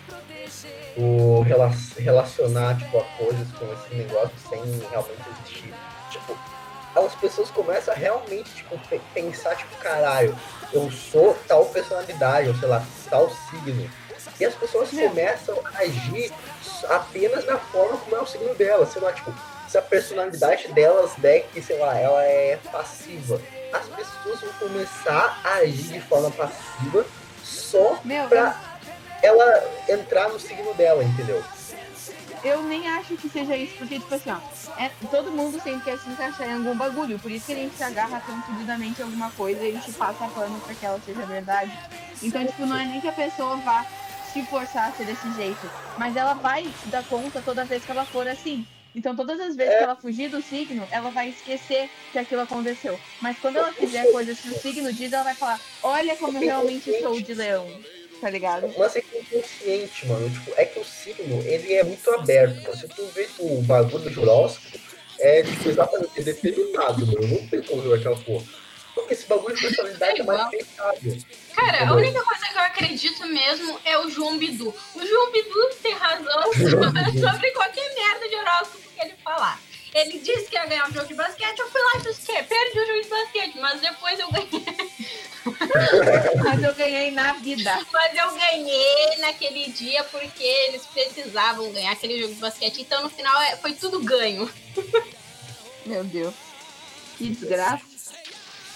Speaker 5: o rela- relacionar, tipo, a coisas com esse negócio sem realmente existir. Tipo, as pessoas começam a realmente, tipo, pe- pensar, tipo, caralho, eu sou tal personalidade, ou sei lá, tal signo. E as pessoas começam a agir apenas na forma como é o signo delas, sei lá, tipo, se a personalidade delas é que, sei lá, ela é passiva, as pessoas vão começar a agir de forma passiva só
Speaker 2: Meu, eu,
Speaker 5: pra ela entrar no signo dela, entendeu?
Speaker 2: eu nem acho que seja isso, porque, tipo assim, ó, é- todo mundo sempre quer se encaixar em algum bagulho, por isso que a gente se agarra tão fudidamente em alguma coisa e a gente passa pano pra que ela seja verdade. Então, tipo, não é nem que a pessoa vá se forçar a ser desse jeito, mas ela vai se dar conta toda vez que ela for assim. Então, todas as vezes que ela fugir do signo, ela vai esquecer que aquilo aconteceu. Mas quando ela fizer coisas que o signo diz, ela vai falar: Olha como eu realmente sou de leão. Tá ligado?
Speaker 5: Mas é que é inconsciente, mano. Tipo, é que o signo, ele é muito aberto. Mano. Se tu vê tipo, o bagulho de horóscopo, é tipo, exatamente determinado, mano. Não tem como ver aquela porra. Porque esse bagulho de personalidade é mais fechado.
Speaker 4: Cara, a
Speaker 5: Entendeu?
Speaker 4: única coisa que eu acredito mesmo é o João Bidu. O João Bidu tem razão sobre qualquer merda de horóscopo que ele falar. Ele disse que ia ganhar um jogo de basquete, eu fui lá e busquei, perdi o jogo de basquete, mas depois eu ganhei.
Speaker 2: Mas eu ganhei na vida.
Speaker 4: Mas eu ganhei naquele dia porque eles precisavam ganhar aquele jogo de basquete. Então no final é- foi tudo ganho.
Speaker 2: Meu Deus. Que desgraça.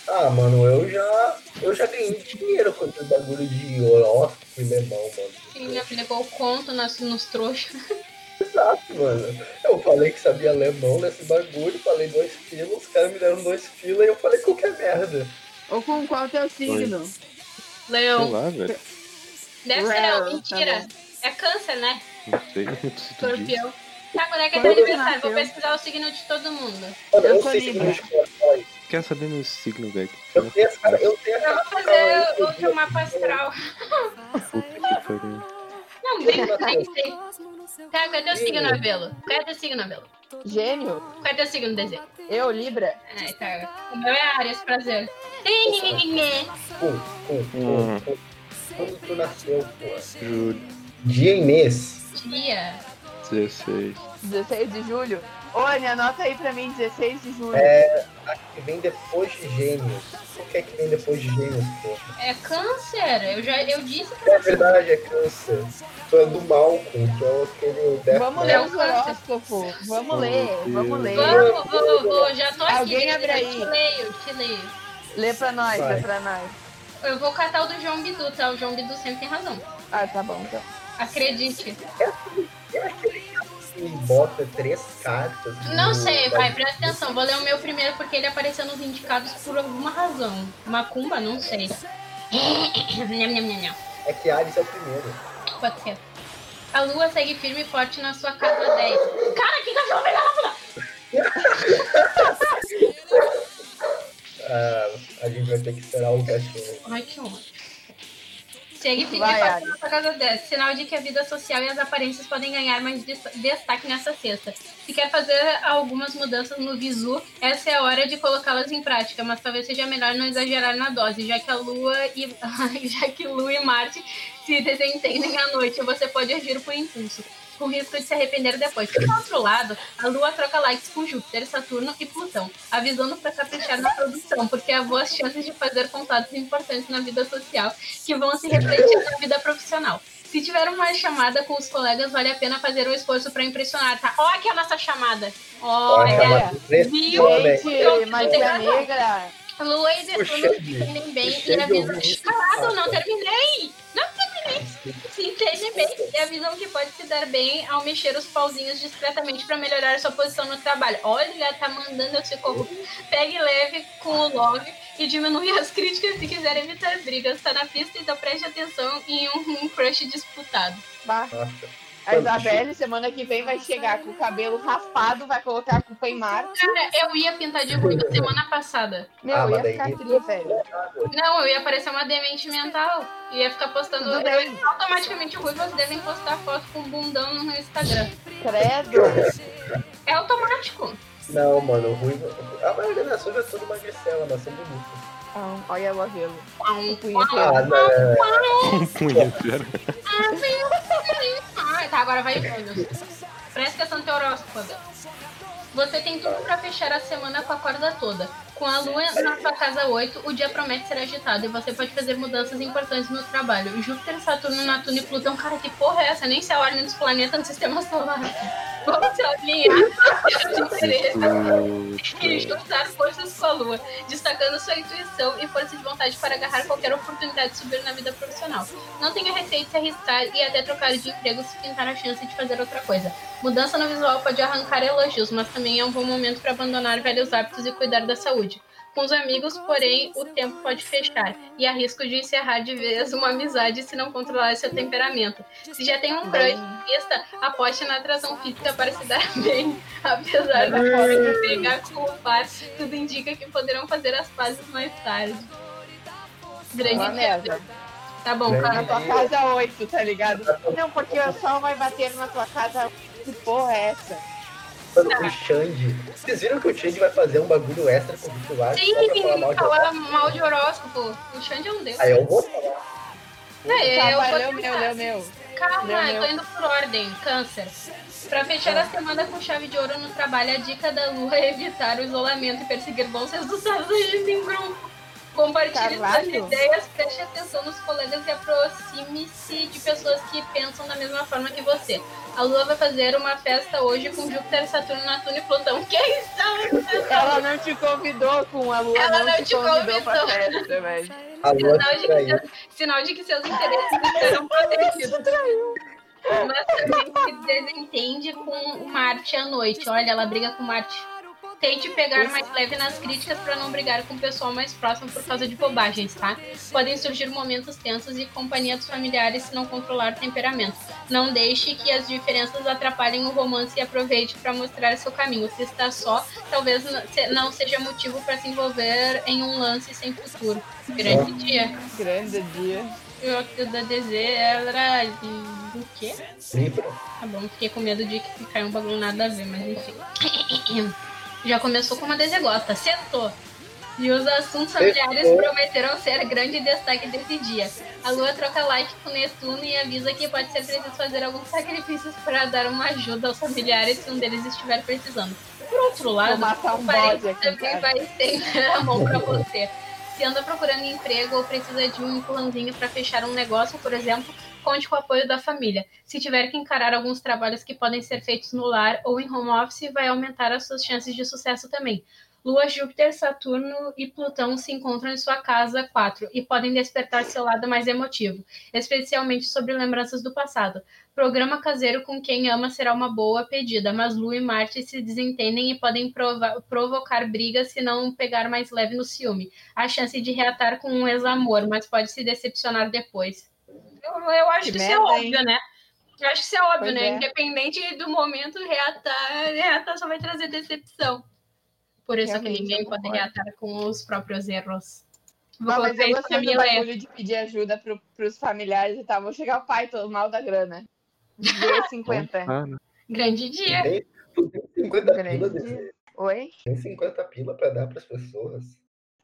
Speaker 5: Ah, mano, eu já, eu já ganhei dinheiro com esse bagulho de horóscopo e lemão,
Speaker 4: E
Speaker 5: mano.
Speaker 4: minha filha pegou o conto nas, nos trouxas.
Speaker 5: Exato, mano. Eu falei que sabia alemão nesse bagulho, falei dois quilos, os caras me deram dois quilos e eu falei qualquer merda.
Speaker 2: Ou com qual teu signo?
Speaker 3: Sei
Speaker 4: Leão.
Speaker 3: lá, velho.
Speaker 4: Deve
Speaker 2: Leão,
Speaker 4: ser leão, mentira.
Speaker 2: tá
Speaker 4: é câncer, né?
Speaker 3: Não sei. Se tu diz.
Speaker 4: Escorpião. Tá, quando é que é
Speaker 2: Quando
Speaker 4: teu
Speaker 2: você
Speaker 4: aniversário? Vou
Speaker 2: nasceu?
Speaker 4: pesquisar o signo de todo mundo.
Speaker 5: Mano,
Speaker 2: Eu
Speaker 5: eu,
Speaker 2: sou
Speaker 5: sei se
Speaker 2: Libra.
Speaker 5: me escolhe.
Speaker 3: Quer saber meu signo, velho?
Speaker 5: Eu tenho essa cara, eu tenho
Speaker 4: Eu
Speaker 5: essa
Speaker 4: vou fazer
Speaker 5: eu-
Speaker 4: outro mapa astral.
Speaker 3: Puta que pariu.
Speaker 4: Não, nem nem sei. Tá, qual é teu signo, Abelo? Qual é teu signo, Abelo?
Speaker 2: Gênio?
Speaker 4: Qual é teu signo, Desenho?
Speaker 2: Eu, Libra?
Speaker 4: Ai, tá. O meu é Ares, prazer.
Speaker 5: Pum, pum, pum,
Speaker 3: Hum.
Speaker 5: pum. Quando tu nasceu, pô?
Speaker 3: Julho
Speaker 5: Dia e mês.
Speaker 4: Dia.
Speaker 3: 16.
Speaker 2: 16 de julho? Olha, anota aí pra mim, 16 de julho.
Speaker 5: É a que vem depois de gêmeos. O que é que vem depois de gêmeos, pô?
Speaker 4: É câncer. Eu já eu disse pra
Speaker 5: É verdade, é câncer. Tu é do Malcolm, tu é aquele Death
Speaker 2: Vamos
Speaker 5: Note.
Speaker 2: ler os horóscopos. É um Vamos ler, vamos ler.
Speaker 4: Vamos, vou, vou, já tô aqui.
Speaker 2: Alguém abre
Speaker 4: eu
Speaker 2: aí.
Speaker 4: Te leio, te leio.
Speaker 2: Lê pra nós,
Speaker 5: Vai.
Speaker 2: lê pra nós.
Speaker 4: Eu vou catar o do João Bidu, tá? O João Bidu sempre tem razão.
Speaker 2: Ah, tá bom, então.
Speaker 4: Acredite.
Speaker 5: É aquele que bota três cartas.
Speaker 4: Não
Speaker 5: no-
Speaker 4: sei, vai, presta atenção. Vou ler o meu primeiro porque ele apareceu nos indicados por alguma razão. Macumba, não sei. Nham, nham, nham, nham.
Speaker 5: É que Ares é o primeiro.
Speaker 4: Pode ser. A lua segue firme e forte na sua casa 10. Cara, que cachorro filha da puta!
Speaker 5: Ah, a gente vai ter que esperar o cachorro.
Speaker 4: Ai, que ódio. Segue firme
Speaker 2: Vai,
Speaker 4: e forte
Speaker 2: Ari.
Speaker 4: na sua casa 10. Sinal de que a vida social e as aparências podem ganhar mais des- destaque nessa sexta. Se quer fazer algumas mudanças no visu, essa é a hora de colocá-las em prática, mas talvez seja melhor não exagerar na dose, já que a lua e já que lua e Marte se desentendem à noite, você pode agir por impulso. Com risco de se arrepender depois. Por outro lado, a Lua troca likes com Júpiter, Saturno e Plutão, avisando para caprichar na produção, porque há boas chances de fazer contatos importantes na vida social que vão se refletir na vida profissional. Se tiver uma chamada com os colegas, vale a pena fazer um esforço para impressionar, tá? Ó, aqui a nossa chamada.
Speaker 5: Olha,
Speaker 4: Olha, um
Speaker 5: mas três
Speaker 4: viu?
Speaker 5: homens.
Speaker 2: Gente, magia negra.
Speaker 4: Lua e Netuno
Speaker 5: Puxa
Speaker 4: se entendem bem
Speaker 5: puxa
Speaker 4: e
Speaker 5: de
Speaker 4: avisam.
Speaker 5: ouvir isso.
Speaker 4: Calado, não terminei! Não terminei! Se entendem bem e avisam que pode se dar bem ao mexer os pauzinhos discretamente para melhorar sua posição no trabalho. Olha, tá mandando eu ser corrupto. Pegue leve com o love e diminui as críticas se quiser evitar brigas. Tá na pista, então preste atenção em um, um crush disputado.
Speaker 2: Bah.
Speaker 5: Nossa.
Speaker 2: A Isabelle, semana que vem, vai chegar com o cabelo raspado, vai colocar a culpa em Marte.
Speaker 4: Cara, eu ia pintar de ruim semana passada.
Speaker 2: Meu,
Speaker 5: Ah, mas
Speaker 2: ia
Speaker 5: daí-
Speaker 2: ficar tri, velho.
Speaker 4: Não, eu ia parecer uma demente mental. Ia ficar postando.
Speaker 2: Tudo bem,
Speaker 4: automaticamente ruivas devem postar foto com bundão no Instagram.
Speaker 2: credo.
Speaker 4: É automático.
Speaker 5: Não, mano, o ruim. A maioria das pessoas é toda magricela, nós somos bonitos.
Speaker 2: Ah, olha o Avelo.
Speaker 4: Uau,
Speaker 5: Ah,
Speaker 4: uau,
Speaker 5: não, é,
Speaker 3: Um punheteiro.
Speaker 4: Ah, tá, agora vai indo. Presta atenção no teu horóscopo, Abel. Você tem tudo pra fechar a semana com a corda toda. Com a lua na sua casa 8, o dia promete ser agitado e você pode fazer mudanças importantes no trabalho. Júpiter, Saturno, Netuno e Plutão, cara, que porra é essa? Nem se a ordem dos planetas no sistema solar. Vamos se alinhar. diferença. e juntar forças com a lua, destacando sua intuição e força de vontade para agarrar qualquer oportunidade de subir na vida profissional. Não tenha receio de se arriscar e até trocar de emprego se pintar a chance de fazer outra coisa. Mudança no visual pode arrancar elogios, mas também é um bom momento para abandonar velhos hábitos e cuidar da saúde. Com os amigos, porém, o tempo pode fechar e há risco de encerrar de vez uma amizade se não controlar seu temperamento. Se já tem um crush em vista, aposte na atração física para se dar bem. Apesar da falta de pegar com o par, tudo indica que poderão fazer as pazes mais tarde.
Speaker 2: Uma
Speaker 4: Grande
Speaker 2: merda.
Speaker 4: Tá bom,
Speaker 5: Grande
Speaker 2: Na
Speaker 4: cara.
Speaker 2: tua casa 8, tá ligado? Não, porque o sol vai bater na tua casa. Que porra é essa?
Speaker 5: mano,
Speaker 4: Tá.
Speaker 5: o Xande. Vocês viram que o Xande vai fazer um bagulho extra com o Vitor
Speaker 4: Sim, falar mal de horóscopo. O Xande é um deus.
Speaker 5: Aí eu vou falar.
Speaker 4: É,
Speaker 2: Tá,
Speaker 4: eu
Speaker 2: vai,
Speaker 4: vou
Speaker 2: lê o meu,
Speaker 4: tentar.
Speaker 2: lê o meu.
Speaker 4: Calma,
Speaker 2: Leu,
Speaker 4: eu tô indo por ordem. Câncer. Pra fechar a semana com chave de ouro no trabalho, a dica da lua é evitar o isolamento e perseguir bons resultados agindo em grupo.
Speaker 2: Tá
Speaker 4: Compartilhe suas
Speaker 2: Caralho.
Speaker 4: ideias, preste atenção nos colegas e aproxime-se de pessoas que pensam da mesma forma que você. A lua vai fazer uma festa hoje com Júpiter, Saturno, Netuno e Plutão. Que isso?
Speaker 2: Ela não te convidou com a lua,
Speaker 4: Ela
Speaker 2: não, te convidou pra festa, velho.
Speaker 5: A lua
Speaker 4: Sinal de,
Speaker 5: tá aí.
Speaker 4: que seus, sinal de que seus interesses serão protegidos. Mas também se desentende com Marte à noite. Olha, ela briga com Marte. Tente pegar mais leve nas críticas para não brigar com o pessoal mais próximo por causa de bobagens, tá? Podem surgir momentos tensos e companhia dos familiares se não controlar o temperamento. Não deixe que as diferenças atrapalhem o romance e aproveite para mostrar seu caminho. Se está só, talvez n- se- não seja motivo para se envolver em um lance sem futuro. Grande dia.
Speaker 2: Grande dia.
Speaker 4: Eu, eu da DZ era de- do quê?
Speaker 5: Libra.
Speaker 4: Tá bom, fiquei com medo de que caiu um bagulho nada a ver, mas enfim. Já começou com uma desegota, sentou. E os assuntos familiares
Speaker 5: Sentou.
Speaker 4: prometeram ser grande destaque desse dia. A Lua troca like com Netuno e avisa que pode ser preciso fazer alguns sacrifícios para dar uma ajuda aos familiares se um deles estiver precisando. Por outro lado,
Speaker 2: Vou matar um
Speaker 4: parente
Speaker 2: bode aqui em
Speaker 4: também
Speaker 2: casa.
Speaker 4: vai estender a mão para você. Se anda procurando emprego ou precisa de um empurrãozinho para fechar um negócio, por exemplo, conte com o apoio da família. Se tiver que encarar alguns trabalhos que podem ser feitos no lar ou em home office, vai aumentar as suas chances de sucesso também. Lua, Júpiter, Saturno e Plutão se encontram em sua casa 4 e podem despertar seu lado mais emotivo, especialmente sobre lembranças do passado. Programa caseiro com quem ama será uma boa pedida, mas Lua e Marte se desentendem e podem prova- provocar brigas se não pegar mais leve no ciúme. A chance de reatar com um ex-amor, mas pode se decepcionar depois. Eu, eu acho que,
Speaker 2: Que
Speaker 4: isso é
Speaker 2: merda,
Speaker 4: óbvio, né? Eu acho que isso é óbvio,
Speaker 2: Pois
Speaker 4: né?
Speaker 2: é.
Speaker 4: Independente do momento, reatar, reatar só vai trazer decepção. Por isso
Speaker 2: Realmente,
Speaker 4: que ninguém
Speaker 2: eu
Speaker 4: pode
Speaker 2: concordo.
Speaker 4: reatar com os próprios erros. é Vou
Speaker 2: Não, mas
Speaker 4: colocar
Speaker 2: eu
Speaker 4: isso pra
Speaker 2: gostei do
Speaker 4: minha leve.
Speaker 2: bagulho de pedir ajuda pro, pros familiares e tal. Vou chegar o pai, tô mal da grana. 2,50.
Speaker 3: Ah, né?
Speaker 4: Grande dia.
Speaker 5: Tem, tu tem 50
Speaker 2: É. Grande.
Speaker 5: pila, desse-
Speaker 2: Oi?
Speaker 5: tem 50 pila pra dar pras pessoas.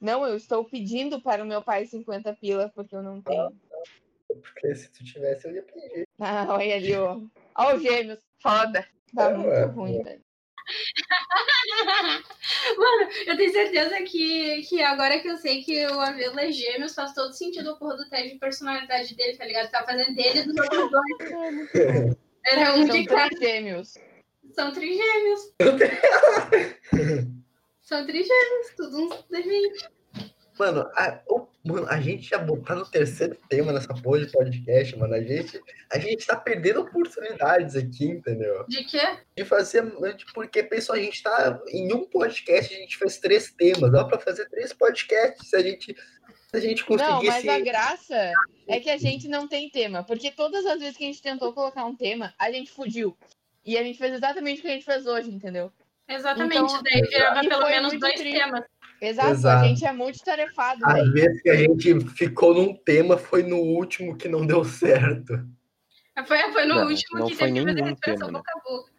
Speaker 2: Não, eu estou pedindo para o meu pai 50 pilas, porque eu não tenho.
Speaker 5: Porque se tu tivesse, eu ia pedir.
Speaker 2: Ah, olha ali, ó. Ó os gêmeos. Foda. Tá
Speaker 5: É,
Speaker 2: muito
Speaker 5: ué.
Speaker 2: ruim, velho.
Speaker 4: Mano, eu tenho certeza que, que agora que eu sei que o Avila é gêmeos, faz todo sentido o porra do teste de personalidade dele, tá ligado? Tá fazendo dele e dos outros dois. Era um
Speaker 2: São
Speaker 4: de cada.
Speaker 2: três gêmeos.
Speaker 4: São trigêmeos. São trigêmeos, tudo uns demente.
Speaker 5: Mano, a, o- mano, a gente já bo- tá no terceiro tema nessa porra de podcast, mano. A gente, a gente tá perdendo oportunidades aqui, entendeu?
Speaker 4: De quê?
Speaker 5: De fazer. de- Porque, pessoal, a gente tá. Em um podcast, a gente fez três temas. Dá pra fazer três podcasts se a gente, se a gente
Speaker 2: Não, mas
Speaker 5: conseguisse.
Speaker 2: a graça é que a gente não tem tema. Porque todas as vezes que a gente tentou colocar um tema, a gente fugiu. E a gente fez exatamente o que a gente fez hoje, entendeu?
Speaker 4: Exatamente,
Speaker 2: Então,
Speaker 4: daí virava
Speaker 2: e
Speaker 4: pelo
Speaker 2: foi
Speaker 4: menos
Speaker 2: muito
Speaker 4: dois
Speaker 2: tri.
Speaker 4: temas.
Speaker 2: Exato,
Speaker 5: Exato. Ah,
Speaker 2: a gente é multitarefado,
Speaker 5: A
Speaker 2: velho.
Speaker 5: vez que a gente ficou num tema foi no último que não deu certo.
Speaker 4: Foi, foi no
Speaker 3: Não,
Speaker 4: último
Speaker 3: não
Speaker 4: que
Speaker 3: foi
Speaker 4: teve que fazer
Speaker 3: nenhum tema,
Speaker 4: respiração
Speaker 3: né?
Speaker 4: boca a boca.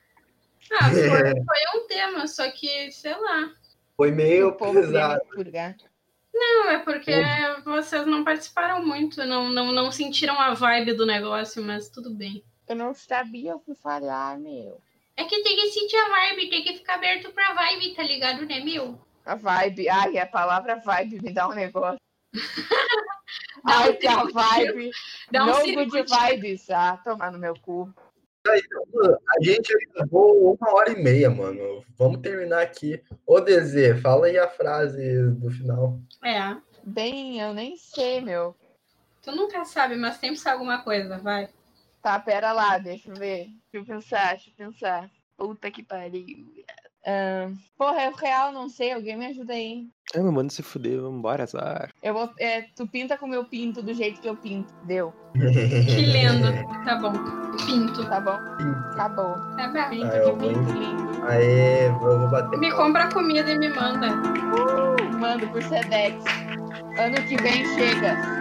Speaker 4: Ah, foi, foi um tema, só que, sei lá.
Speaker 5: Foi meio
Speaker 2: O povo
Speaker 5: pesado.
Speaker 2: querendo purgar.
Speaker 4: Não, é porque vocês não participaram muito, não, não, não sentiram a vibe do negócio, mas tudo bem.
Speaker 2: Eu não sabia o que falar, meu.
Speaker 4: É que tem que sentir a vibe, tem que ficar aberto pra vibe, tá ligado, né, meu?
Speaker 2: A vibe. Ai, a palavra vibe me dá um negócio.
Speaker 4: Dá um
Speaker 2: Ai, que a
Speaker 4: trigo.
Speaker 2: vibe.
Speaker 4: Dá um
Speaker 2: no
Speaker 4: circuito.
Speaker 2: good vibes. Ah, tomar no meu cu.
Speaker 5: Mano, A gente acabou uma hora e meia, mano. Vamos terminar aqui. Ô, DZ, fala aí a frase do final.
Speaker 4: É,
Speaker 2: Bem, eu nem sei, meu.
Speaker 4: tu nunca sabe, mas sempre sai alguma coisa, vai.
Speaker 2: Tá, pera lá, deixa eu ver. Deixa eu pensar, deixa eu pensar. Puta que pariu. Ahn, porra, eu real não sei, alguém me ajuda aí.
Speaker 3: Ah, não, manda se fuder, vambora, azar.
Speaker 2: Eu vou. é, tu pinta com o meu pinto do jeito que eu pinto. Deu.
Speaker 4: Que lindo. Tá bom. Pinto.
Speaker 2: Tá bom? Acabou.
Speaker 4: Tá bom.
Speaker 2: Pinto
Speaker 5: Ah,
Speaker 2: de
Speaker 5: eu
Speaker 2: pinto
Speaker 5: vou-
Speaker 2: lindo.
Speaker 5: Aê, vamos bater.
Speaker 4: Me
Speaker 5: palma.
Speaker 4: compra comida e me manda.
Speaker 2: Uh, Mando por Sedex. Ano que vem chega.